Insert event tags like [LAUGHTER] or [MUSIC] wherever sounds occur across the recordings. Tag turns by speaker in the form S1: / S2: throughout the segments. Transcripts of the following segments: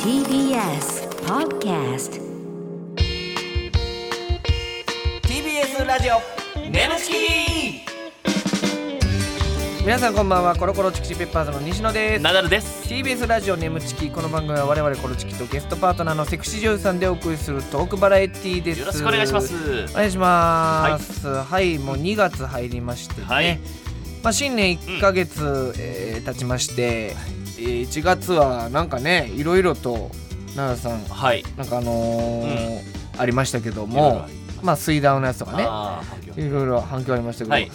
S1: TBS Podcast
S2: TBS ラジオ
S3: ネムチ
S2: 皆さんこんばんはコロコロチキチキペッパーズの西野で
S3: キ
S2: す
S3: ナダルです。
S2: TBS ラジオ眠チキこの番組は我々コロチキとゲストパートナーのセクシー女優さんでお送りするトークバラエティです
S3: よろしくお願いします。
S2: お願いしますはい、もう2月入りましてね、
S3: はい
S2: まあ新年1ヶ月、えー経ちまして、えー1月はなんかねいろいろと奈良さん
S3: はい。
S2: なんかあのーありましたけ
S3: い
S2: ど
S3: ろいろ
S2: も
S3: あり
S2: まあ水ダウのやつとかね
S3: あー反響
S2: いろいろ反響ありましたけど、
S3: はい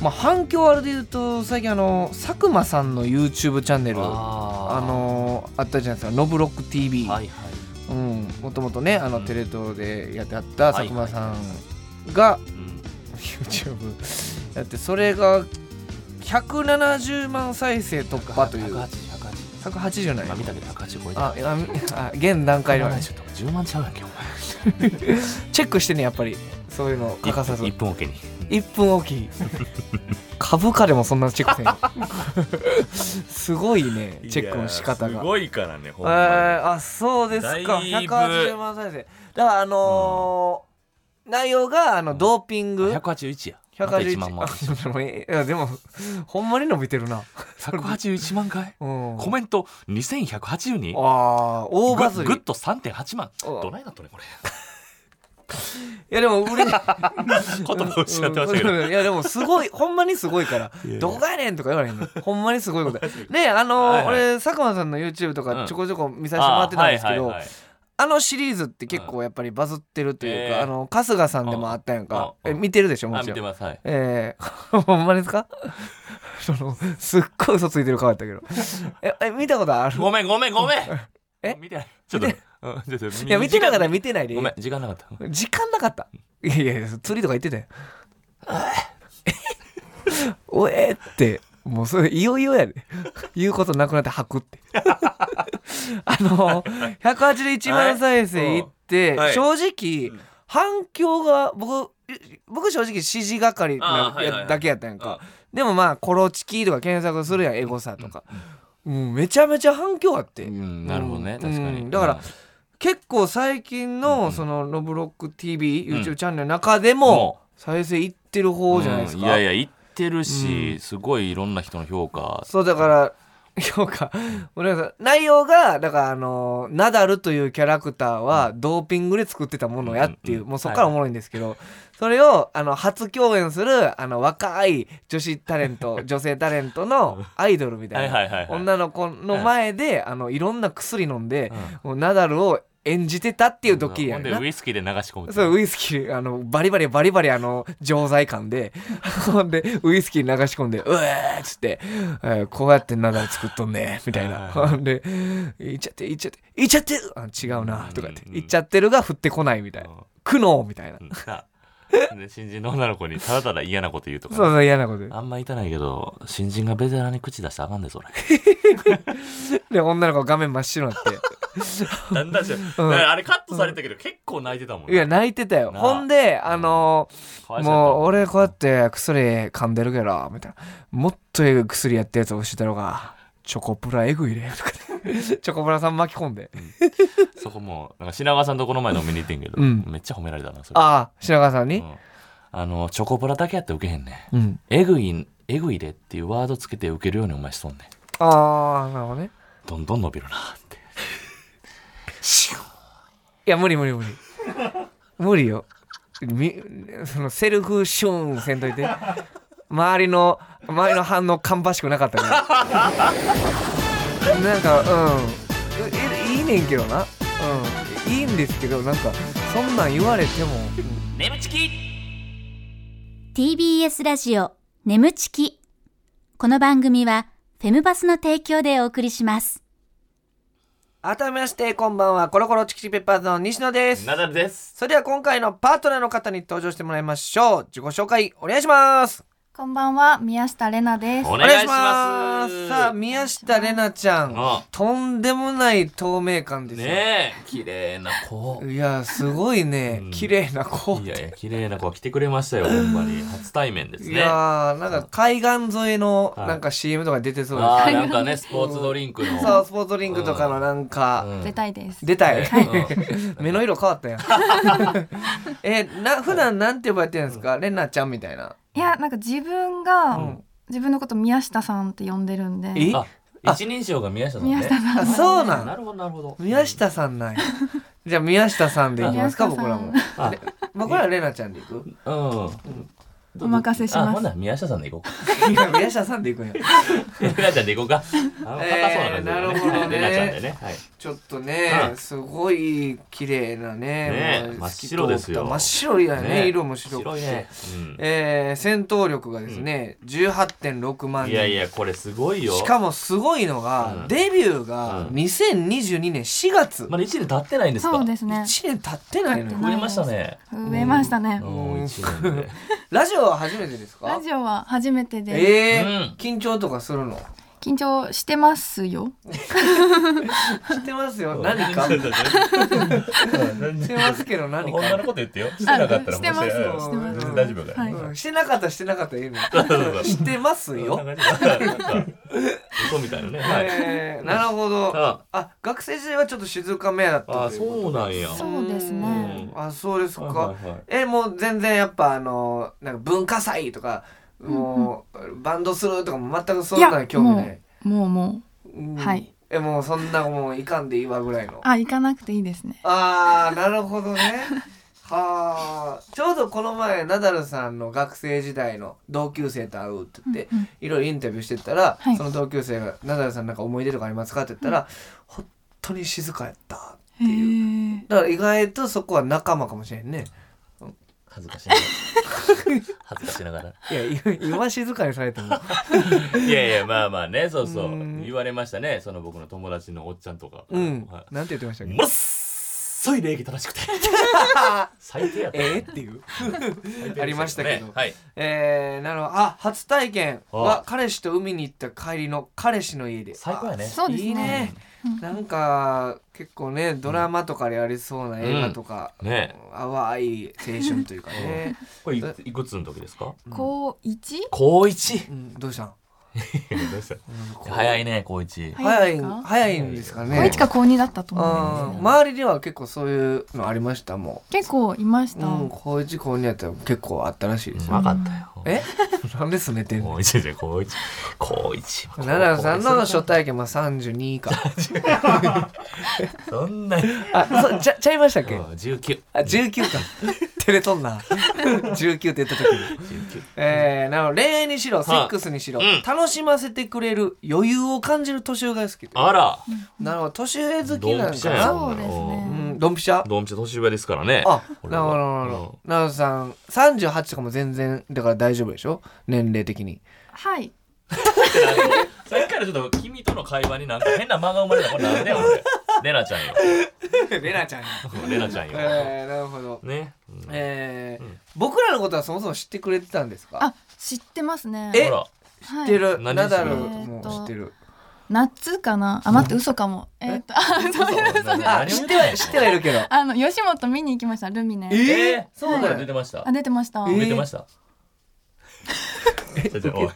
S2: まあ、反響あれで言うと最近あの佐久間さんの YouTube チャンネルあ
S3: あー
S2: のあったじゃないですか「ノブロック TV」
S3: はいはい。
S2: うん、もともとねあの、
S3: うん
S2: テレ東でやってあった
S3: は
S2: 佐
S3: い
S2: 久間さんが
S3: うん
S2: YouTube やってそれが170万再生突破という
S3: 180 180
S2: 180ない
S3: 今見たけど180超えて
S2: あ
S3: る。
S2: いやみあ現段階ではない
S3: ちょっと10万ちゃうやんけお
S2: チェックしてねやっぱりそういうの欠かさず
S3: 前。一分おけに。
S2: 1分おき株価でもそんなチェックせんよ
S3: [LAUGHS]
S2: すごいねチェックの仕方
S3: いやー
S2: が
S3: すごいからね。ほん
S2: え
S3: まに
S2: ー、あそうですか
S3: だいぶ
S2: 180万再生だからあのー内容があのドーピング
S3: 181や。
S2: 181
S3: 181万万。
S2: あいやでもほんまに伸びてるな、
S3: 181万回。
S2: うん、
S3: コメント2182。
S2: あー大バズ
S3: グッ
S2: り
S3: グッと3.8万。
S2: お
S3: どないなっとねこれ。 [LAUGHS]
S2: いやでも売れ
S3: 言葉を失ってましたけど。
S2: うんいやでもすごいほんまにすごいから
S3: いやいや
S2: どこがやねんとか言われへんの
S3: [LAUGHS]
S2: ほんまにすごいことやねあの
S3: はいはい
S2: 俺佐久間さんの YouTube と
S3: う
S2: か
S3: ん
S2: ちょこちょこ見させてもらってたんですけ
S3: あー
S2: ど
S3: はいはいはい
S2: あのシリーズって結構やっぱりバズってるという
S3: うんえ
S2: か
S3: ー
S2: あの春日さんでもあったやんか
S3: うん
S2: え
S3: うん
S2: 見てるでしょも
S3: あ
S2: ち
S3: 見て
S2: ろん
S3: ますはい。
S2: えー [LAUGHS] ほんまですかそのすっごい嘘ついてる顔やったけどええ見たことあ
S3: [LAUGHS]
S2: る
S3: ごめんごめんごめん。
S2: え
S3: 見てない。ちょっと。うんちょっと
S2: いや見てなかったら見てないで
S3: ごめん、時間なかった。
S2: 時間なかったいやいやいや釣りとか言ってたよ [LAUGHS] おえってもうそれいよいよやで言うことなくなって吐くって [LAUGHS] あの181万再生いって、
S3: はい
S2: 正直、
S3: うん
S2: 反響が僕僕正直指示係な
S3: あーはいはいはい
S2: やだけやったやんか、でもまあ「コロチキ」とか検索するやんエゴサとか、もうめちゃめちゃ反響あって、
S3: うん、なるほどね、
S2: うん
S3: 確か
S2: う
S3: に。
S2: んだから
S3: うん、
S2: 結構最近の、
S3: うん
S2: そのロブロック TV、
S3: うん
S2: YouTube チャンネルの中でも
S3: も
S2: 再生いってる方じゃないですか、
S3: うんいやいや、言ってる
S2: う
S3: し、すごいいろんな人の評価。
S2: そうだから評価俺さ内容がだからあのナダルというキャラクターはドーピングで作ってたものやっていう、
S3: うんうん
S2: もうそこからおもろいんですけど、それをあの初共演するあの若い女子タレ
S3: [LAUGHS]
S2: ント女性タレントのアイドルみたいな
S3: はいはいはいはい
S2: 女の子の前で、い、あのいろんな薬飲んで
S3: うん、
S2: もうナダルを演じてたっていうドッキリ
S3: ほ
S2: や
S3: んで
S2: ねんな
S3: ウイスキーで流し込むってい
S2: そうウイスキーあのバリバリバリバリあの錠剤感で [LAUGHS] ほんでウイスキー流し込んで「うえーっつって、えーこうやってナダル作っとんね」みたいな
S3: はいはい
S2: ほんで「いっちゃっていっちゃっていっちゃってるあ違うな」とかって
S3: うんう
S2: 「
S3: ん
S2: いっちゃってる」が降ってこないみたいな
S3: うん
S2: 「苦悩」みたいな
S3: うんさで新人の女の子にただただ嫌なこと言うと
S2: そう
S3: かね。
S2: そう嫌なことで
S3: あんま言いたないけど、新人がベテランに口出したらあかんで、それ。
S2: で女の子画面真っ白になって。
S3: だんだんし、あれカットされたけど、結構泣いてたも
S2: いや泣いてたよ
S3: なあ
S2: ほんであのー
S3: かわいそうやった
S2: もう俺こうやって薬噛んでるけどみたいなもっとえぐい薬やったやつ教えたのがチョコプラえぐいね [LAUGHS] とかってチョコプラさん巻き込んで
S3: そこもう、なんか品川さんとこの前飲みに行ってんけど、
S2: うん
S3: めっちゃ褒められたな、それ。
S2: ああ品川さん
S3: う
S2: に
S3: んあの、チョコプラだけやって受けへんね。
S2: うん、
S3: えぐい、えぐいでっていうワードつけて受けるようにお前しとんねん。
S2: ああなるほどね
S3: どんどん伸びるなって。
S2: いや無理無理 [LAUGHS] 無理無理よみそのセルフシューンせんといて周りの周りの反応芳しくなかったから [LAUGHS] なんかうんえいいねんけどなうんいいんですけどなんかそんなん言われても、うん
S3: ネムチキ
S1: TBS ラジオ眠ちきこの番組はフェムバスの提供でお送りします
S2: 改めましてこんばんはコロコロチキチキペッパーズの西野です
S3: ナダルです。
S2: それでは今回のパートナーの方に登場してもらいましょう自己紹介お願いします
S4: こんばんは、宮下玲奈です。
S3: お
S2: お
S3: 願いしま。
S2: 願いしますすさあ、宮下玲奈ちゃん
S3: あ、
S2: とんでもない透明感ですよ。
S3: ねえ、綺麗な子。
S2: いや、すごいね
S3: う。ん
S2: 綺麗な子。
S3: いやいや、綺麗な子が来てくれましたよ、ほんまに。初対面です
S2: い
S3: ね。
S2: やー、なんか海岸沿いの、
S3: はい
S2: なんか CM とか出てそう
S3: ああ、
S2: で
S3: なんかね、スポーツドリンクの。
S2: す。さあ、スポーツドリンクとかのなんか、
S3: うん
S4: 出たいです。
S2: 出たい。
S3: うん
S2: [LAUGHS] 目の色変わっ
S3: [LAUGHS]
S2: たやん。え、な、普段なんて呼ばれてるんですかレナちゃんみたいな。
S4: いや、なんか自分
S3: う
S4: が
S3: ん、
S4: 自分のこと宮下さんって呼んでるんで。
S2: え
S3: あ、一人称が宮下さんね。
S4: 宮下さん。
S3: [LAUGHS]
S2: あ、そうな
S3: なんるほど、なるほど。
S2: 宮下さんなんや。じゃあ、宮下さんでいきま
S3: [LAUGHS]
S2: すか、
S4: 宮
S2: 僕
S4: 下
S2: ら
S4: さ
S2: も
S4: ん。
S3: あ
S2: 僕らはレナちゃんでい
S3: [LAUGHS]
S2: く
S3: うん。
S4: お任せします
S3: あほんなら宮下さんで行こうか。
S2: いや、宮下さんでいくんや。
S3: [LAUGHS] レナちゃんで行こうか。あの硬そうな感じだ
S2: えーな
S3: よ
S2: るほどね
S3: レナちゃんでね。はい。
S2: ちょっとね
S3: う、ん
S2: すごい綺麗なね
S3: ねえ
S2: もう
S3: 真っ白ですよ
S2: 透き通った真っ白いやね
S3: ね
S2: 色も白く
S3: 白
S2: て
S3: いね。うん
S2: えー戦闘力がですね、18.6万人
S3: いやいや、これすごいよ。
S2: しかもすごいのが、
S3: うん
S2: デビューが
S3: うん
S2: 2022年4月、
S3: まだ一年経ってないんですか。
S4: そうですすね。
S2: 1年経ってないのよ
S4: 経って
S3: 増
S4: ない
S3: えましたね。
S4: 増えましたね。
S3: もう一年で。
S2: ラジオは初めてですか
S4: ラジオは初めてで、
S2: えー
S3: うん
S2: 緊張とかするの
S4: 緊張してますよ。
S2: 知ってますよ何か知っ
S3: [LAUGHS]
S2: てますけど何
S3: 女
S2: か
S3: のこと言ってよ。してなかったら
S4: してます
S3: 面白い
S2: してま
S3: 全
S2: す
S3: 然大丈夫だよ。
S4: はい
S2: うんしてなかったらしてなかったらいいの
S3: そうそう
S2: 知ってますよ
S3: 嘘みたいなね。はい。
S2: えーなるほど
S3: あ
S2: あ学生時代はちょっと静かめだった
S3: あ、
S2: というこ
S3: そう
S2: と
S3: なんや。
S4: そうですね
S2: うんあそうですか、
S3: はいはいはい
S2: えもう全然やっぱあのなんか文化祭とかもう、バンドするとかも全くそんなの興味ない
S4: もうもう。
S2: うん
S4: はい
S2: えもうそんなもういかんでいいわぐらいのあ
S4: あ、行かなくていいですね。
S2: あーなるほどね
S3: [LAUGHS]
S2: はあちょうどこの前ナダルさんの学生時代の同級生と会うって言って、
S4: うんうん
S2: いろいろインタビューしてったら、
S4: はい
S2: その同級生が「ナダルさんなんか思い出とかありますか?」って言ったら「本当に静かやった」って
S4: へ
S2: いう。
S4: え。
S2: だから意外とそこは仲間かもしれんね。
S3: 恥ずかしながら。恥ずかしながら。
S2: いや、い今静かにさ
S3: [LAUGHS]
S2: れても。
S3: いやいや、まあまあね、そうそう
S2: う。ん
S3: 言われましたね。その僕の友達のおっちゃんとか。
S2: うん
S3: は。
S2: なんて言ってました
S3: い
S2: っけ
S3: もっそい礼儀正しくて。最低やった。
S2: [LAUGHS] えーっ
S3: [LAUGHS]
S2: ていう。
S3: 最低で
S2: ありましたけど
S3: ね [LAUGHS] はい。
S2: えー、なるほど。あ、初体験
S3: あ
S2: は彼氏と海に行った帰りの彼氏の家で。
S3: 最高やね。
S4: そうですね
S2: いいね。なんか、結構ね、ドラマとかでありそうな映画とか、
S3: ね
S2: 淡い青春というかね。
S3: これいいくつの時ですか
S4: 高一？
S3: 高一
S2: うん、どうしたん
S3: 早いね、高一。
S2: 早
S4: 早い
S2: い
S4: です
S2: ん、
S4: か
S2: 早いんですかね。
S4: 高一か高二だったと
S2: うん
S4: 思うんですね。
S2: 周りでは結構そういうのありましたもん。
S4: 結構いました。
S2: うん、高一高二やったら結構あったらしいですよ。
S3: わかったよ。
S2: えなんで拗ねてんの
S3: 高一で高一。高一。
S2: 奈良さんの初体験は32か。
S3: そんなに。
S2: あ、そう、ちゃ、ちゃいましたっけ
S3: 19。
S2: あ、19か。 [LAUGHS] 照れとんな。19って言った時に。
S3: 19。
S2: えー、なるほど。恋愛にしろ、セックスにしろ、
S3: うん
S2: 楽しませてくれる余裕を感じる年上が好き。
S3: あら。
S2: なるほど。年上好き
S3: ド
S2: な
S3: ン
S2: ん
S3: ピシ
S2: か
S3: ャや
S2: な。
S4: そうで
S2: う
S4: すね
S2: ん、ドンピシャ
S3: ドンピシャ年上ですからね。
S2: あ、
S3: 俺
S2: なる
S3: は
S2: ほど、なるほど。なおさん、38とかも全然、だから大丈夫でしょ年齢的に。
S4: はい。
S3: さっきからちょっと君との会話になんか変な間が生まれたこれなんで俺。レナちゃんよ。
S2: レナちゃん。
S3: レナちゃんよ。
S2: えー、なるほど。
S3: ね。うん
S2: えー
S3: うん
S2: 僕らのことはそもそも知ってくれてたんですか
S4: あ、知ってますね。
S2: え
S3: ほら。
S4: 知
S2: 知ってる、
S3: 何
S2: ナダ
S3: そ
S2: ル
S3: れ
S2: も知ってる、
S4: 夏かなあ待って嘘かもえーっと [LAUGHS] あ
S2: あ知っては知ってはいるけど
S4: あの吉本見に行きましたルミネ
S2: え
S3: えー、
S2: そう
S3: そう
S2: な
S3: だ
S2: ん
S3: 出
S2: や
S3: てました
S4: あ。出てました
S2: えー
S3: 出てました。ちょちょおい。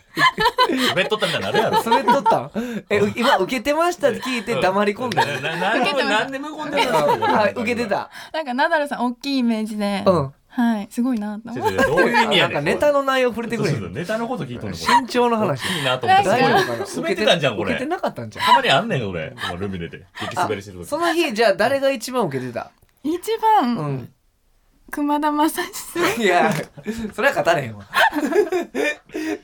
S3: 滑っとったみたいになるやろ。
S2: [LAUGHS] 滑っとったんえう今受けてましたって聞いて黙り込んだ
S3: な
S2: よ
S3: ななんで
S4: 受けてました
S3: なんで無言で
S2: はい受けて。た
S4: なんかナダルさん大きいイメージで
S2: うん
S4: はいすごいなと
S3: ち
S4: 思
S3: ょ
S4: って
S3: ちょどういう意
S2: あ
S3: 味
S2: な
S3: や
S2: ん
S3: ね
S2: か
S3: ん。
S2: ネタの内容触れて
S3: そ
S2: く
S3: う
S2: れ
S3: そうそうネタのこと聞いとんのこれ。
S2: 身長の話
S3: いいなと思って。
S2: 大
S4: 大丈
S2: 丈
S4: 夫
S2: 夫かな
S3: 滑ってたんじゃんこ
S2: 受けて
S3: れ。
S2: なかったんじゃん
S3: たまにあんねん俺。このルミネで激滑りしてる
S2: そ
S3: 時。
S2: の日じゃあ誰が一番受けてた
S4: 一
S2: う
S4: 番
S2: ん
S4: 熊田正史さん
S2: いやそれは勝たれへんわ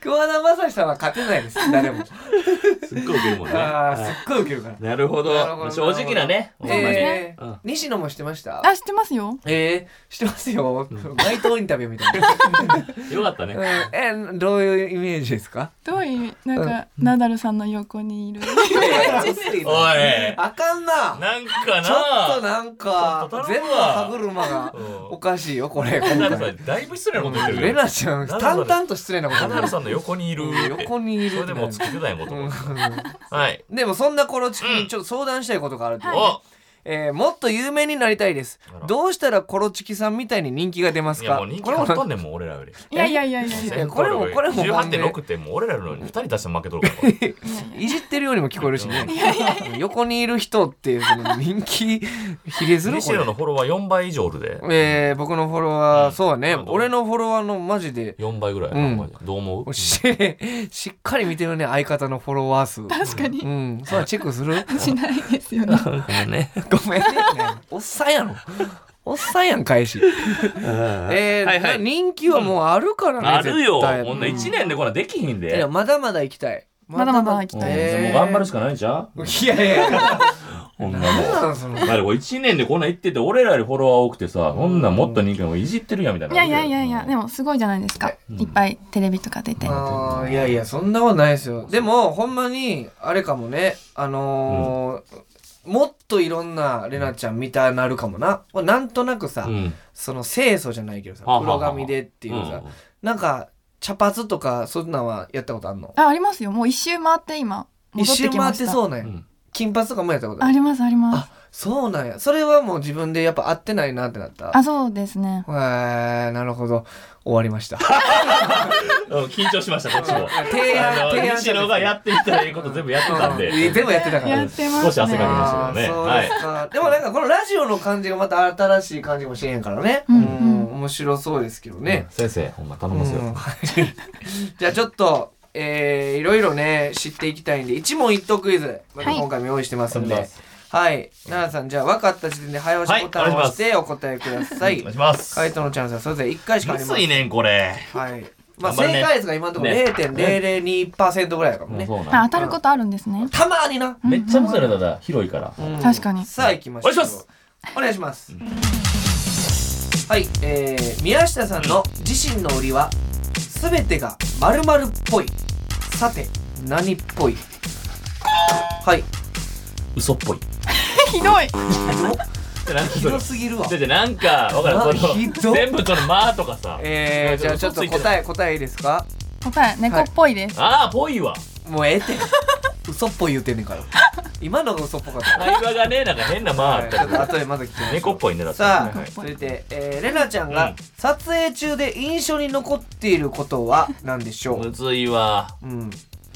S2: 桑田正史さんは勝てないです誰も
S3: すっごい受けるもんね。
S2: あーすっ
S3: は
S2: ごい受けるから
S3: いなるほ
S2: なるほ
S3: ど。
S2: ど
S3: 正直なね。ほんまに
S2: え
S3: う
S2: ー
S3: ん、
S2: 西野もしてました
S4: あ知ってますよ
S2: えー、してますよ。街頭インタビューみた
S3: [LAUGHS]
S2: いな。
S3: よかったね。
S2: うんえ、どういうイメージですか
S4: どういうなんかナダルさんの横にい
S2: [LAUGHS]
S4: る
S3: おい。
S2: あかんな。
S3: なんかな。
S2: ちょっとなんか
S3: ちょっと、頼
S2: 全
S3: む
S2: 部
S3: わ
S2: 歯車が
S3: うん
S2: おかしいよこれ今
S3: ナダルさ
S2: 回
S3: んだいぶ失礼なこと言ってる
S2: レナちゃん
S3: ナダル
S2: 淡々と失礼なこ
S3: ナ
S2: と
S3: ダルさ
S2: 言
S3: んの横にいる
S2: う横にいる
S3: それでもう作ってないもんと思ってはい
S2: でもそんなコロチキ
S3: う
S2: に
S3: ん
S2: ちょっと相談したいことがあると、
S3: お
S2: えーもっと有名になりたいです
S3: あら
S2: どうしたらコロチキさんみたいに人気が出ます
S3: いや
S2: か
S3: もう人気
S2: これ
S3: あ
S2: も
S3: っとんねんもう俺らより
S4: いやいやいやいやいやい
S2: えこれもこれも番組
S3: 18.6ってもう俺らの2人出して負けとるからこれ
S2: いじってるようにも聞こえるしね横にいる人っていうその人気比例する
S3: 西
S2: こ
S3: 野のフォロワー4倍以上おるで
S2: れ、えー、僕のフォロワー、
S3: うん
S2: そうだね
S3: どう
S2: 俺のフォロワーのマジで
S3: 4倍ぐらい、
S2: うん
S3: マジでどう思う
S2: し [LAUGHS] しっかり見てるね相方のフォロワー数
S4: 確かに
S2: うんそうだチェックする
S4: しないですよね。
S3: ね
S2: [LAUGHS] ごめんねおっさんやろおっさんやん返しえー
S3: はいはい
S2: な人気はもうあるからね、
S3: あるよ
S2: 絶対
S3: こんな1年でこんなんできひん
S2: いや
S3: で、
S2: まだまだ行きたい
S4: まだまだ行きたい
S3: もう
S2: えー
S4: で
S3: 頑張るしかないんちゃう
S2: いやいやいや
S3: ほんまも
S2: 何
S3: う
S2: なの
S3: [LAUGHS]
S2: その
S3: だってこれ1年でこんなん言ってて俺らよりフォロワー多くてさこんなんもっと人気のいじってるやんみたい
S4: す。
S3: ない
S4: やいやいやいや、でもすごいじゃないですか。いっぱいテレビとか出て。
S2: あーいやいやそんなことないですよでもほんまにあれかもねあのーもっといろんなレナちゃんみたいなるかもななんとなくさ、
S3: うん
S2: その清楚じゃないけどさ
S3: はあはあ
S2: 黒
S3: はあ
S2: 髪でっていうさ
S3: ん
S2: なんか茶髪とかそんなんはやったことあんの
S4: あ、ありますよ。もう一周回って今。
S2: 一
S4: 戻って
S2: 周
S4: きま
S2: 回っ
S4: した。
S2: てそうなんや、
S3: うん
S2: 金髪とかもやったことあ
S4: あ
S2: る
S4: りますあります。
S2: そうなんやそれはもう自分でやっぱ合ってないなってなった
S4: あ、そうですね。
S2: へえなるほど終わりま
S3: [LAUGHS]
S2: した
S3: うん緊張しましたこっちも
S2: 提案
S3: あの
S2: 提案
S3: 西野がやってみたらいいこと全部やってたんで
S2: うん全部やってたから
S4: やってますね。
S3: 少し汗かきましたけ
S2: あ
S3: どね
S2: ーそうですかでもなんかこのラジオの感じがまた新しい感じかもしれんからね。う
S4: うんん、
S2: 面白そうですけどね。
S3: 先生ほんま頼
S2: う
S3: みますよ、
S2: んはい [LAUGHS] じゃあちょっと、えー、いろいろね、知っていきたいんで、一問一答クイズ、また
S4: はい
S2: 今回も用意してますんで。
S3: お
S2: は
S3: 願い
S2: い
S3: し。
S2: 奈良さん、じゃあ分かった時点で早押しボタンを
S3: はいお願いしま
S2: 押
S3: す
S2: してお答えくださ
S3: お
S2: い
S3: 願い。します
S2: 回答のチャンスはそれぞれ1回しかあ
S3: む
S2: りま
S3: ず
S2: せ
S3: い
S2: ん。
S3: ねんこれ、
S2: はい。まあ
S3: 頑張るね
S2: 正解率が今のところ
S3: ね
S2: 0.002%ぐらいだからね。
S3: そう
S4: あ、当たることあるんですね。
S2: たまーにな。
S4: うん
S3: めっちゃむずいねただ広いから、
S4: 確かに
S2: さあ行きましょう
S3: お願いします
S2: お願いしますはいえー、宮下さんの自身の売りは全てが〇〇っぽいさて何っぽいはい
S3: 嘘っぽい
S4: [LAUGHS] ひどい。
S3: でなんか
S2: ひ
S3: そ
S2: ど
S3: れ
S2: すぎるわ
S3: だってなんかわから
S2: まあ
S3: んそ
S2: ひ
S3: の
S2: ど
S3: 全部その「ま」とかさ
S2: えー、じゃあちょっと答え答えいいですか
S4: 答え、猫っぽいです。
S3: ああぽいわ
S2: もうええって [LAUGHS] 嘘っぽい言うてんねんから今のが嘘っぽかった
S3: 会話がねなんか変な「ま」あ
S2: は
S3: っ
S2: い、
S3: た
S2: ち
S3: り
S2: ょっと後でまだ聞きます
S3: 猫っぽいねだって
S2: さあ、
S3: はい
S2: 続いて、えー、レナちゃん
S3: う
S2: が
S3: ん
S2: 撮影中で印象に残っていることは何でしょう
S3: むずいわ
S2: うん、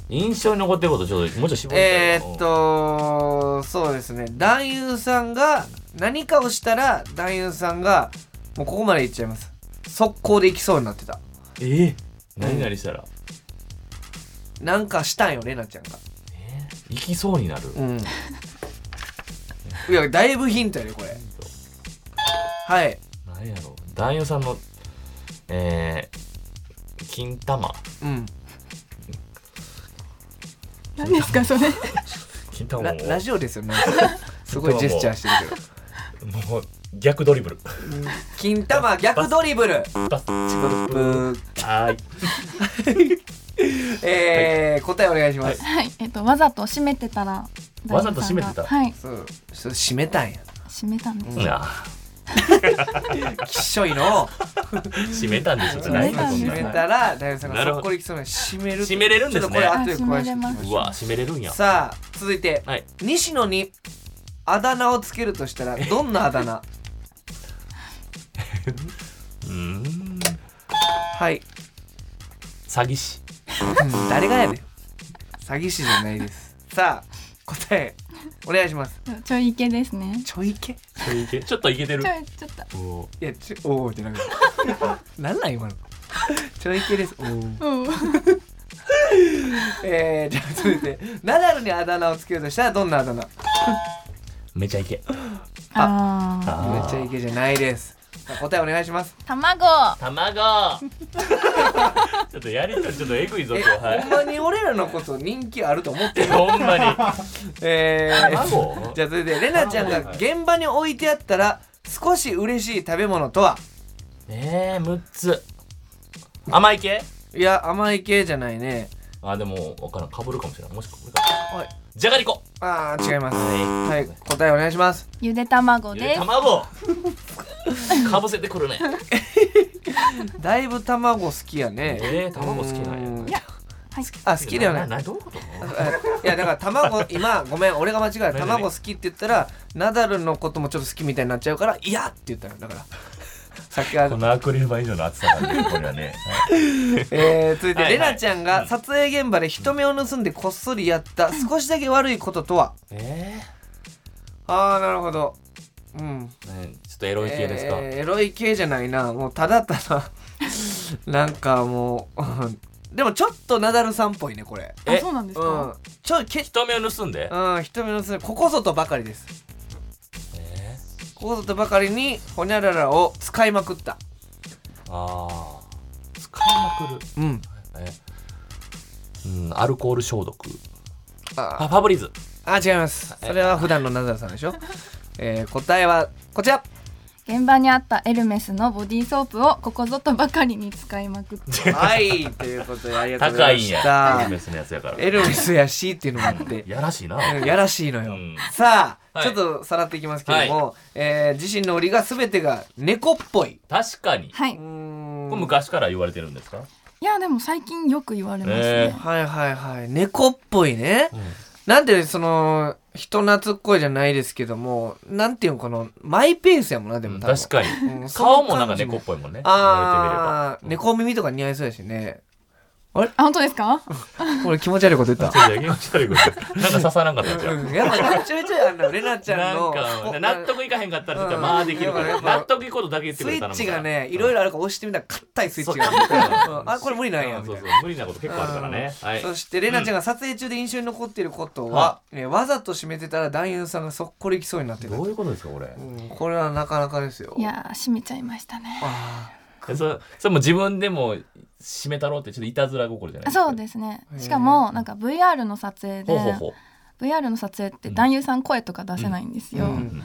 S3: 印象に残ってることちょっともうちょい絞りたいわ
S2: えー、っとそうですね男優さんが何かをしたら男優さんがもうここまでいっちゃいます速攻でいきそうになってた
S3: うんえー何々したら
S2: なんかしたんよレナちゃんが
S3: えー行きそうになる [LAUGHS]
S2: うんいやだいぶヒントやねこれはい
S3: 何やろう男優さんのえー金玉
S2: うん
S4: 何ですか、それ。
S3: 金玉
S2: ラ
S3: を
S2: ラジオ
S3: [LAUGHS]
S2: ですよなんかすごいジェスチャーしてるけど
S3: もう逆ドリブル
S2: 金玉逆ドリブル
S3: バス
S2: ブー
S3: はい
S2: えー答えお願いします、
S4: はい、えっと、わざと閉めてたら。
S3: わざと閉めてた
S4: はい、
S2: そうそれ閉めたんや
S4: 閉めたんです。
S3: いや
S2: きっしょいのを
S3: 閉めたんですよじゃない
S2: 閉
S3: よそん
S2: め
S3: な
S2: たら大悟さんが
S3: なるほど
S2: そっこりきそうな閉める
S3: 閉めれるんですね
S2: ちょっとこれ後で詳しく
S4: あ閉めれます
S2: 聞き
S3: うわ閉めれるんや
S2: さあ続いて
S3: はい
S2: 西野にあだ名をつけるとしたらどんなあ
S3: [LAUGHS]
S2: だ名
S3: うーん
S2: はい
S3: 詐欺師
S2: うん誰がやねん詐欺師じゃないですさあ答えお願いします
S4: ちょいイケですね。
S2: ちょいけい
S3: それいけちょっといけてる
S4: ちょい、ちょっと。
S3: おー
S2: やちょおーってなんか [LAUGHS] なんなん今のちょいけですおー
S4: うん。
S2: えー、じゃあ続いてナダルにあだ名をつけるとしたらどんなあだ名め
S3: めちゃいけ
S4: ああ。
S3: あー
S2: っちゃイケじゃないですさあ答えお願いします
S4: 卵。
S3: [LAUGHS] 卵ちょっとやりとりちょっとエグいぞ
S2: え
S3: 今日は
S2: ほん
S3: い
S2: まに俺らのこと人気あると思ってる
S3: ほんまに
S2: えー、
S3: 卵
S2: じゃあ続いてレナちゃんが現場に置いてあったら少し嬉しい食べ物とは
S3: ええ6つ甘い系
S2: いや甘い系じゃないね
S3: あでも分からんかぶるかもしれないもしかこれか
S2: はい
S3: じゃがりこ
S2: あー違います
S3: は
S2: はい答えお願いします
S4: ゆで卵
S3: ゆで
S4: です。
S3: 卵かぶせてくるね。
S2: だいぶ卵好きやね
S3: えー卵好きなんや
S2: うん
S4: いやはい
S2: あ好きだよね
S3: ななどういうこと
S2: いやだから卵今ごめん俺が間違えた
S3: 何
S2: 卵好きって言ったらナダルのこともちょっと好きみたいになっちゃうから「いや!」って言ったのだからさっきは
S3: このアクリル板以上の厚さがね、これはね。
S2: えー、続いて
S3: はいは
S2: レ
S3: い
S2: ナちゃんが撮影現場で人目を盗んでこっそりやった少しだけ悪いこととは
S3: え
S2: あーなるほどうん
S3: えちょっとエロい系ですか。
S2: えーエロい系じゃないなもうただただ [LAUGHS] なんかもううん [LAUGHS] でもちょっとナダルさんっぽいねこれ
S4: あそうなんです
S2: う
S4: か
S2: んちょけ
S3: 人目を盗んで。
S2: うん人目の盗みここぞとばかりです
S3: え
S2: ここぞとばかりにホニャララを使いまくった
S3: ーああ。使いまくる。
S2: うん
S3: えうん、アルコール消毒。あ、
S2: あ
S3: ファブリーズ。
S2: あ違いますそれは普段のナダルさんでしょ、えー、答えはこちら
S4: 現場にあったエルメスのボディーソープをここぞとばかりに使いまくって
S2: はいということでありがとうご
S3: 高
S2: ざいま
S3: いん
S2: し
S3: や。
S2: た
S3: ビジネスのやつやから。
S2: エルメスやしっていうのもあって
S3: やらしいな。
S2: うんやらしいの
S3: う
S2: よ、
S3: ん。
S2: さあ、
S3: はい
S2: ちょっとさらっていきますけども、えー自身の檻が全てが猫っぽい。
S3: 確かに。
S4: は
S2: う
S4: い
S2: ーん
S3: これ昔から言われてるんですか。
S4: いやでも最近よく言われますね、
S3: え
S2: はいはいはい。猫っぽいね。
S3: うん
S2: なんでその、人懐っこいじゃないですけども、なんていうのかな、マイペースやもんな、でも多分。
S3: 確かに。
S2: うんそ
S3: 顔
S2: の
S3: もなんか
S2: 感じ
S3: 猫っぽいもんね。言われてみれ
S2: あー、
S3: ば。
S2: 猫耳とか似合いそうやしね。
S4: あ本当ですか
S2: 俺気持ち悪いこと言った。
S3: ちょっと気持ち悪いことなんか刺さらんかったじゃん。
S2: うんやっぱちょいちょいあの、レナちゃ
S3: なんん
S2: の、
S3: か
S2: こ
S3: 納得いかへんかったらちょっとまあできるか
S2: うんや
S3: ら
S2: っぱ
S3: 納得いくことだけ言って
S2: ス
S3: く
S2: イ
S3: れた
S2: ッ
S3: ら
S2: チがね、いろいろあるから押してみたら硬いスイッチがあるうんあ、これ無理なんや、みたい
S3: そう
S2: な
S3: そう。無理なこと結構あるからねはい
S2: そしてレナちゃんが撮影中で印象に残っていることは
S3: は、
S2: ねわざと締めてたら男優さんがそっこり行きそうになってた、
S3: どういうことですかこれ
S2: うんこれはなかなかですよ
S4: いやー閉めちゃいましたね
S2: あ
S3: そそれも自分でも締めたろうってちょっといたずら心じゃない
S4: あそう
S3: す
S4: ですね
S2: へー
S4: しかもなんか VR の撮影
S3: かほう
S4: で
S3: ほうほう
S4: VR の撮影って男優さん声とか出せないんですよ、
S2: うん
S3: うん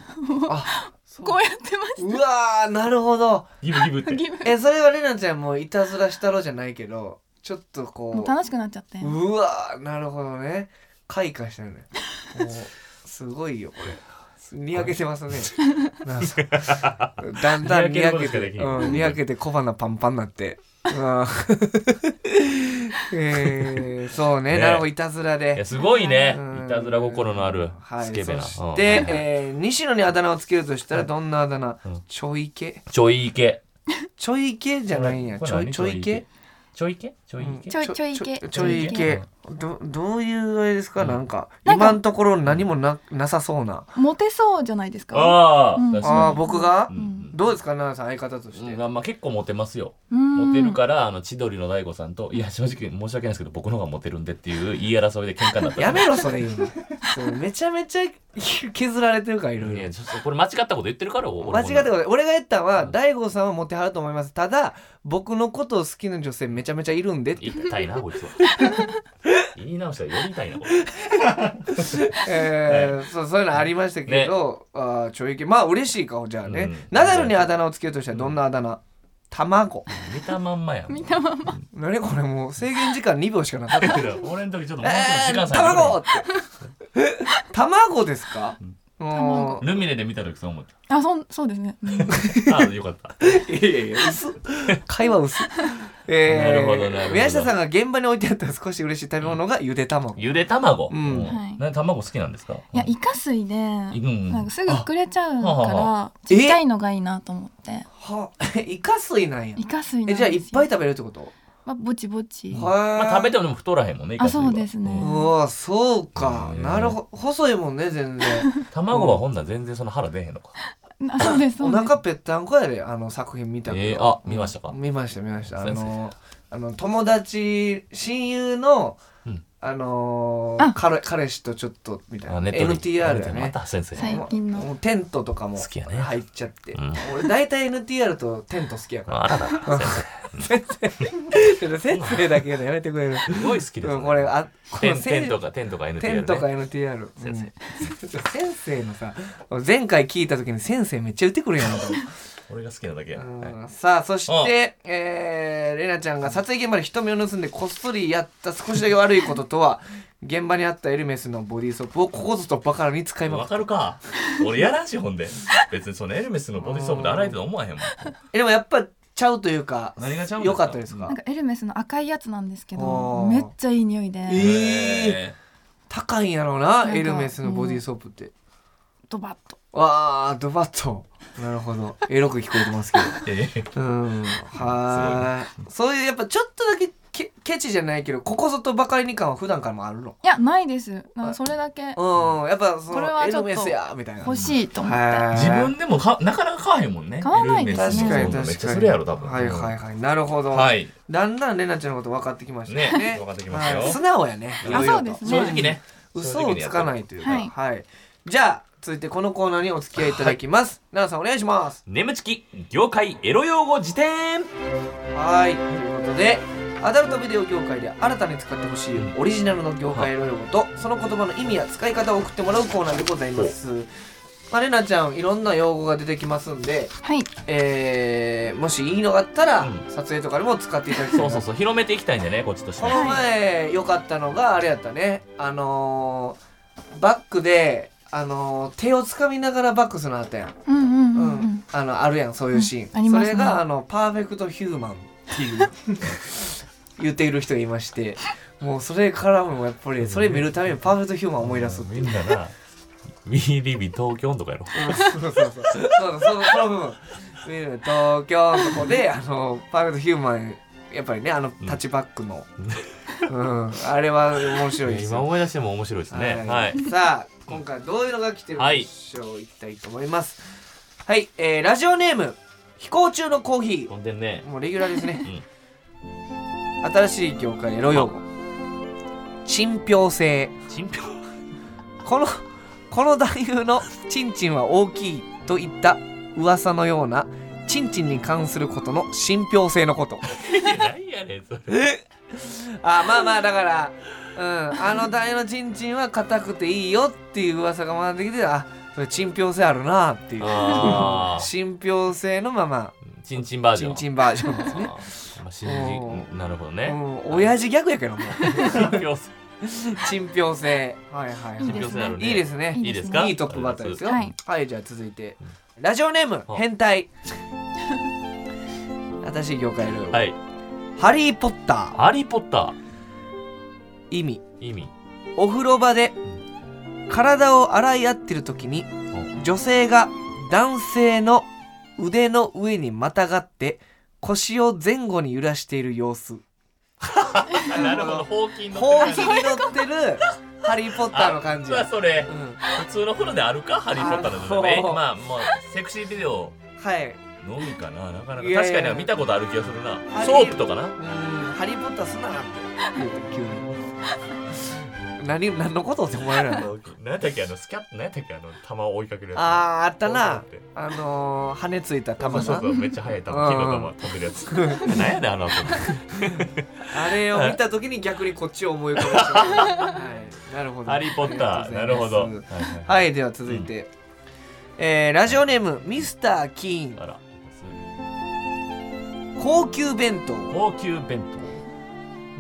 S2: あそう
S4: こうやってまし
S2: うわーなるほど
S3: ギブギ
S2: [LAUGHS]
S3: ブったて
S4: ギブ
S2: えそれはレナちゃんもいたずらしたろじゃないけどちょっと
S4: も
S2: こ
S4: う楽しくなっちゃって
S2: ううわーなるほどね開花したよねもうすごいよこれにやけてますねなんかだんだんに
S3: にや
S2: や
S3: けること
S2: け
S3: しか
S2: て
S3: できん
S2: うんにやけて小鼻パンパンになってうん [LAUGHS] えーそうね
S3: ね
S2: なるほどいたずら
S3: いや
S2: です
S3: ごいね
S2: うん
S3: いたずら心のある
S2: はい
S3: スケベな
S2: そ
S3: うん
S2: して、えー西野にあだ名をつけるとしたらどんなあだ名
S3: うん
S2: ちょいけ
S3: ちょいイケ
S2: ちょいけじゃないんや
S3: これ
S2: ちょいちょいけ
S3: ちょいイケちょいイケ
S4: ちょいちょいけ
S2: ちょちょいけどどういうあれですか、
S3: うん
S2: なんか
S4: なんか
S2: 今のところ何もななさそうな
S4: モテそうじゃないですか
S3: ああ
S4: うん
S3: 確
S2: ああ
S3: か
S2: 僕が、
S3: にうん
S2: どうですか奈々さん相方として、
S3: うんまあ結構モテますよ
S4: モ
S3: モテるからあの千鳥の大悟さんといや正直申し訳ないですけど僕の方がモテるんでっていう言い争いで喧嘩になった
S2: やめろそれ言うのそうめちゃめちゃ削られてるからいろい
S3: いや
S2: ろ
S3: ちょっとこれ間違ったこと言ってるから俺
S2: 間違って
S3: こ
S2: ことない俺が言ったのは
S3: うん
S2: 大悟さんはモテはると思いますただ僕のことを好きな女性めちゃめちゃいるんでって
S3: 痛いなこいつ
S2: [LAUGHS]
S3: は言い直したらより痛いなこれ
S2: えーそうそういうのありましたけど、あーちょいけまあ嬉しい顔じゃあね、
S3: うん
S2: ナダルにあだ名をつけるとしたらどんなあだ名、卵
S3: 見たまんまやん
S4: 見たまんま
S2: 何これもう制限時間2秒しかなか
S3: [LAUGHS]
S2: った
S3: 俺の時ちょっともう
S2: え
S3: ちょ
S2: ー、
S3: っと時間差あるぐらい
S2: 卵って卵ですか
S3: うん
S2: もう
S3: ルミネで見た時そう思っ
S4: あそんそうですね、うん
S3: たああよかった
S2: いやいや薄会話薄え
S3: なるほどなるほ
S2: ー、
S3: ど
S2: 宮下さんが現場に置いてあった少し嬉しい食べ物がゆで卵、
S3: ゆで卵
S2: うん
S3: う
S4: はい
S3: な卵好きなんですか
S4: いやイカ水で
S3: うんうん
S4: なんかすぐ膨れちゃう
S3: あはは
S4: から
S2: え
S4: ちっちゃいのがいいなと思って
S2: はイカ水なんや
S4: イカ水なん
S2: え
S4: で
S2: じ
S4: す
S2: ゃあ
S4: よ
S2: いっぱい食べるってこと、
S4: まあぼちぼち
S2: は
S3: まあ食べてもでも太らへんもんねイカ
S4: あ
S3: スミは
S4: そうですね
S2: うわそうか、
S3: うん
S2: なるほど細いもんね全然
S3: 卵はほんなら全然その腹出へんのか
S4: あそうですそ
S2: お
S4: うです
S2: 腹ぺったんこやであの作品見たけど、
S3: えーあ見ましたか
S2: 見ました見ましたあ
S3: 先生
S2: のあの友達親友の、
S3: うん
S2: あの
S4: あ
S2: 彼彼氏とちょっとみたい
S3: あ
S2: な
S3: ネットで
S2: NTR だ
S3: ま
S2: ね
S3: た先生
S4: 最近の
S2: もうテントとかも
S3: 好きやね
S2: 入っちゃって、
S3: うん
S2: 俺大体 NTR とテント好きやから
S3: あらら
S2: ちょっと先生だけやめてくれる
S3: すごい好きです
S2: う
S3: ね
S2: んこれあこ
S3: テ
S2: の
S3: ン
S2: 先
S3: テンとかテンとか NTR ね
S2: テントか NTR、うん、
S3: 先
S2: 先生のさ前回聞いた時に先生めっちゃ言ってくるやんと思って
S3: 俺が好きなだけやはい
S2: うんさあそして、えー、れなちゃんが撮影現場で人目を盗んでこっそりやった少しだけ
S3: [LAUGHS]
S2: 悪いこととは現場にあったエルメスのボディーソープをここぞとばかりに使いま
S3: わ
S2: く
S3: かるか俺やらんしほんで別にそのエルメスのボディーソープで洗えてると思わへんもん
S2: えでもやっぱちゃうというか
S3: 何がちゃうんですか
S2: よかったですか
S4: なんかエルメスの赤いやつなんですけ
S2: あ
S4: ど
S2: ー
S4: めっちゃいい匂いで、
S2: ええ高いんやろうな
S4: なんか
S2: エルメスのボディーソープって、
S4: ドバッと
S2: わあドバッとなるほどエロく聞こえて
S4: [LAUGHS]
S2: ますけど
S3: ーええ
S2: うんはいそういうやっぱちょっとだけケケチじゃないけどここぞとばかりに感は普段からもあるの
S4: いやないですなんかそれだけ
S2: うんやっぱそ
S4: これ
S2: の
S4: は
S2: エ
S4: ちょ
S2: ル
S4: っと
S2: メスやみたいな
S4: 欲しいと思って、
S2: はい
S3: 自分でもかなかなか買わへんもんね
S4: 買わない
S3: エル
S4: で
S3: メ
S4: す
S3: ス
S4: ね
S3: の
S2: 確
S3: ボ
S2: か
S3: ディーソープめ
S2: に確
S3: っちゃ
S2: か
S3: す
S2: に
S3: るやろ多分
S2: はいはいはいなるほど、
S3: はい
S2: だんだんレナちゃんのこと分かってきましたね
S3: ね分かってきましたよ
S2: はい素直やね
S3: あ
S2: いろいろと
S4: そうですね
S3: 正直ね
S2: 嘘をつかないというか、は、
S4: はいい
S2: じゃあ続いてこのコーナーにお付き合いいただきます、奈良さんお願いします
S3: 眠ちき業界エロ用語辞典
S2: はいということでアダルトビデオ業界で新たに使ってほしいオリジナルの業界用語とその言葉の意味や使い方を送ってもらうコーナーでございますまあ、れなちゃんいろんな用語が出てきますんで、
S4: はい
S2: えー、もしいいのがあったら、
S3: うん
S2: 撮影とかでも使っていただきたいな
S3: そうそうそう広めていきたいんでねこっちとして
S2: この前良かったのがあれやったねあのー、バックで、あのー、手をつかみながらバックするのあったやん
S4: うんうん
S2: う
S4: うんんうん
S2: あのあるやんそういうシーン、
S4: うんありますね
S2: それがあのパーフェクトヒューマンっていう
S4: [LAUGHS]
S2: 言っている人がいましてもうそれからもやっぱりそれ見るためにパーフェクトヒューマンを思い出すってい
S3: み
S2: う。
S3: んなな We Live in 東京とかやろ
S2: うんそうそうそうそうそうそのその部分見る東京のとこであのパーフェクトヒューマンやっぱりねあのタッチバックの、うんあれは面白いですよ
S3: 今思い出しても面白いですねはい
S2: さあ今回はどういうのが来てるでしょう、い、きたいと思いますはい、えー、ラジオネーム飛行中のコーヒ
S3: 飛んでんね
S2: ーもうレギュラーですね、新しい業界エロ用語信憑性
S3: 信憑
S2: このこの男優のチンチンは大きいといった噂のようなチンチンに関することの信憑性のこと
S3: 何やねんそれ
S2: あまあまあだから、うん、あの台のチンチンは硬くていいよっていう噂が回ってきてあそれ信憑性あるなっていう
S3: あー
S2: 信憑性のまま
S3: チンチンバージ
S2: チ
S3: ョン
S2: ンチンバージョンですね、
S3: あーまあ信じ
S2: う
S3: なるほど
S2: う
S3: ね
S2: ん、親父ギャグやけども [LAUGHS] う
S3: 信憑性
S2: 信憑性はいはい
S4: い
S3: 信
S4: いで
S3: 憑
S4: す
S3: 性
S4: ね
S3: あるね
S2: いいですね
S3: いいですか
S2: いいトップバッターですよ
S4: はい
S2: はいじゃあ続いてラジオネーム
S3: あ
S2: 変態新しい業界ルール、
S3: はい
S2: ハリー・ポッター
S3: ハリーポッタ
S2: 意味
S3: ー意味
S2: お風呂場で体を洗い合ってる時に女性が男性の腕の上にまたがって腰を前後に揺らしている様子
S3: あなるほどほうきんの
S2: ほうきに乗ってるハリー・ポッターの感じ、う
S3: あそれ
S2: ん、
S3: 普通の風呂であるかハリー・ポッターの風呂
S2: あ
S3: ね
S2: そう
S3: まあまあセクシービデオ
S2: はい
S3: のみかななかなか
S2: いやい
S3: 確
S2: や
S3: かに見たことある気がする
S2: ハ
S3: な
S2: リ
S3: ソ
S2: ー
S3: ープとかな
S2: うんハリー・ポッターすなって言うて急に何何のことって思われるの
S3: 何やったっけあのスキャッ何やったっけあの玉を追いかけるやつ
S2: あーあったな
S3: そうそう
S2: あのー、羽ついた
S3: そう
S2: 玉な
S3: そうそうめっちゃ速い球金の球飛んでるやつ何やねんあの遊び
S2: あれを見た時に逆にこっちを思い浮かべちゃう。はい、なるほど。
S3: ハリー・ポッタ
S2: あ
S3: ー
S2: り
S3: な
S2: が
S3: る
S2: とうご
S3: ほ
S2: ざ
S3: ど
S2: い
S3: は
S2: ます
S3: いはいはい
S2: はい、では続いて、えーラジオネームミスター・キー
S3: あら
S2: ン高級弁当
S3: 高級弁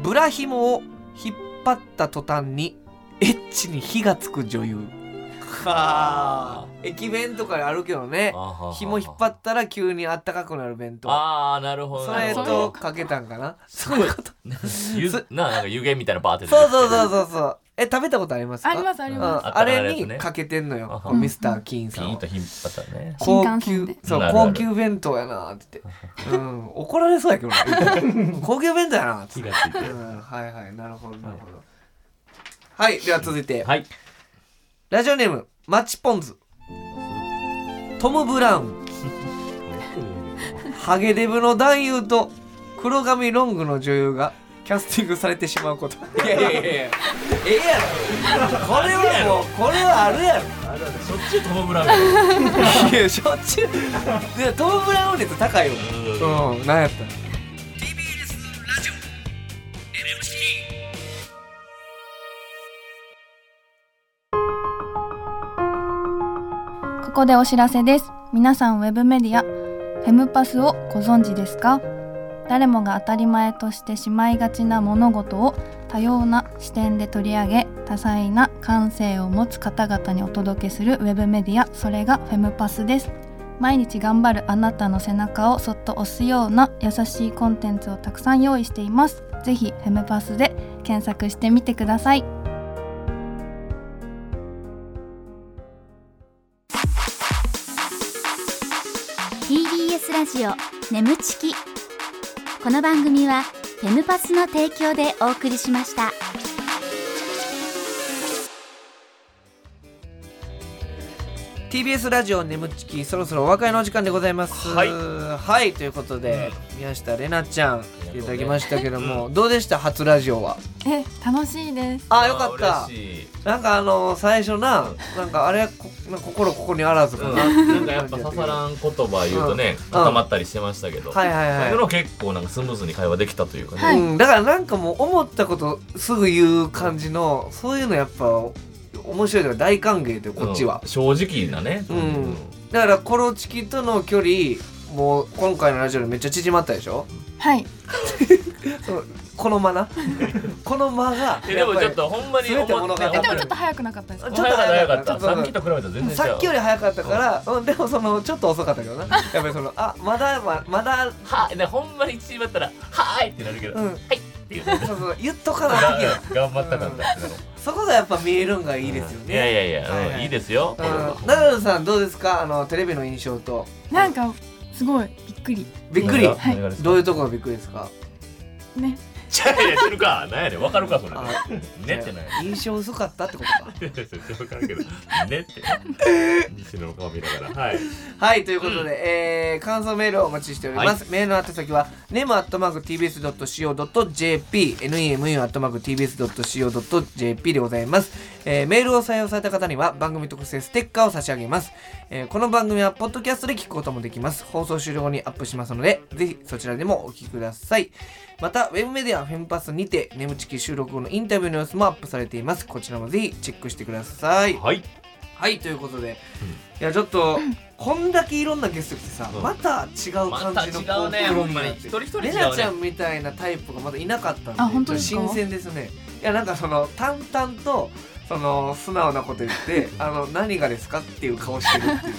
S2: ブラ紐を引っ張った途端にエッチに火がつく女優。はあ、駅弁とかあるけどね
S3: 当。あーはーはー
S2: 紐引っ張ったら急にあったかくなる弁当。
S3: ああなるほど
S2: そ
S3: な
S2: れ
S3: るほ
S2: と
S3: ど
S2: かけたんかな。そういうこと。
S3: [LAUGHS] ゆずななんか湯気みたいなバーって出て
S2: そう
S3: る
S2: そうそうそうそう。え、食べたことありますか。
S4: ありますあり
S2: う
S4: ま
S2: ん
S4: す、
S3: あ
S2: あ
S3: ったかい
S2: れ
S3: やつ
S2: に
S3: ね
S2: かけてんの
S3: あ
S2: よ、
S3: は
S2: ミスター・キーン
S3: ピ
S2: さん
S3: ン
S2: は
S3: と。引っ張ったらね
S2: 高
S4: 新幹
S2: 級
S4: 線で
S2: そう
S3: なるある
S2: 高級弁当やなって言って、うん、怒られそうや
S3: [LAUGHS]
S2: けどな高級弁当やなって
S3: 火
S2: 言っ
S3: がついて
S2: て、うん、はいはいなるほどなるほどはい、では続いて、
S3: はい
S2: ラジオネームマッチポンズトム・ブラウンハゲデブの男優と黒髪ロングの女優がキャスティングされてしまうこといやいやいやいやええやろこれはもうこれはあるやろ
S3: しょっちゅうトム・ブラウンやろ
S2: いやしょっちゅういやトム・ブラウン率高いようん何やったの
S5: TBS ラジオエレムチキ
S4: ここでお知らせです皆さんウェブメディアフェムパスをご存知ですか誰もが当たり前としてしまいがちな物事を多様な視点で取り上げ多彩な感性を持つ方々にお届けするウェブメディアそれがフェムパスです毎日頑張るあなたの背中をそっと押すような優しいコンテンツをたくさん用意していますぜひフェムパスで検索してみてください
S1: ー TBS ラジオ眠ちきこの番組はフェムパスの提供でお送りしました
S2: う TBS ラジオ眠っちきそろそろお別れのお時間でございます
S3: はい
S2: はいということで、宮下玲奈ちゃん来ていただきましたけども、どうでした初ラジオは
S4: え楽しいです
S2: あよかった
S3: 嬉しい
S2: なんかあの最初な、なんかあれこなんか心ここにあらずか
S3: う
S2: な,、
S3: ん、なんかやっぱ刺さらん言葉言うとね、
S2: ん
S3: 固まったりしてましたけど、
S2: はいはいはい
S3: 最後の結構なんかスムーズに会話できたというかね、
S4: はい
S2: うん、だからなんかもう思ったことすぐ言う感じのそういうのやっぱ面白いから大歓迎で
S3: うん
S2: こっちは、
S3: 正直なね、
S2: うんだからコロチキとの距離もう今回のラジオでめっちゃ縮まったでしょ
S4: はい
S2: そうこ
S3: [LAUGHS]
S2: の間なこの間が
S3: えでもち
S2: や
S3: ょっ
S2: ぱ
S3: とほんまに
S2: 全て
S3: 思
S2: 物
S3: っ
S2: 語
S3: て
S4: え
S2: やっ
S4: でも
S2: ぱり
S4: ちょっと早くなかったですか
S2: ち
S3: ちょ
S2: ょ
S3: っ
S2: っ
S3: と
S2: と
S3: 早
S2: 早
S3: か
S2: か
S3: っ
S2: ったた
S3: さっきと比べたら全
S2: り
S3: 然
S2: さっきよ
S3: り
S2: り早かったから、うん、でもそのちょっと遅かったけどなやっぱりそのあまだままだ
S3: はねほんまに一番だったら「はーい!」ってなるけど「
S2: うん
S3: はい!」っていうね
S2: そうそう言っとかなきゃ
S3: が頑張った感だけど
S2: そこがやっぱ見えるんがいいですよね、
S3: いやいやいや、
S2: はい
S3: いい、いですよ、これは
S2: うんナダルさんどうですかあのテレビの印象と
S4: なんかすごいびっくり
S2: びっくり
S3: お願いします
S2: どういうとこがびっくりですか
S4: ね
S3: ちゃうやってるかなんやねんわかるかそれ
S2: あ
S3: ねってない
S2: 印象薄かったってことか
S3: わかる
S2: [LAUGHS]
S3: けどねって西野の顔見ながらはい
S2: はいということで、えー感想メールをお待ちしております、メールの宛先は nemu.tbs.co.jp nemu.tbs.co.jp でございます、えーメールを採用された方には番組特製ステッカーを差し上げます、えーこの番組はポッドキャストで聞くこともできます放送終了後にアップしますのでぜひそちらでもお聞きくださいまたウェブメディアフェンパスにて眠ちき収録後のインタビューの様子もアップされていますこちらもぜひチェックしてください
S3: はい
S2: はいということで、いやちょっと、こんだけいろんなゲスト来てさ、
S3: うん
S2: また違う感じの
S3: また違うね
S2: こ
S3: ほんまに一人一人違うね
S2: レナちゃんみたいなタイプがまだいなかったんで
S4: あ本当ですか
S2: 新鮮ですねいやなんかその淡々とその素直なこと言って
S3: [LAUGHS]
S2: 「あの何がですか?」っていう顔してるってい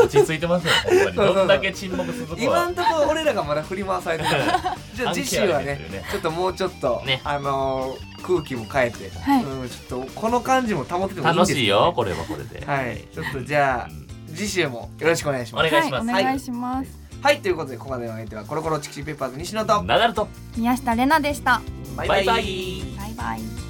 S2: う
S3: 落ち着いてますよほんまに
S2: そうそうそう
S3: どんだけ沈黙続く
S2: 今
S3: わ
S2: んとこ俺らがまだ振り回されて
S3: [LAUGHS]
S2: るからじゃあ次週は
S3: 関係あるんで
S2: ね
S3: すよね
S2: ちょっともうちょっと、
S3: ね
S2: あのー空気も変えて、
S4: はい
S2: うん、ちょっとこの感じも保っててもいいんで
S3: 楽
S2: す
S3: しいよこれはこれで
S2: はいちょっとじゃあ
S3: うん
S2: 次週もよろしくお願いします
S3: お願いします
S4: はい、お願いします、
S2: はい、ということで、ここまでのお相手はコロコロチキチキペッパーズ西野と。
S3: ナダルと
S4: 宮下玲奈でした
S3: バ
S2: バ
S3: イバイ
S4: バイバイ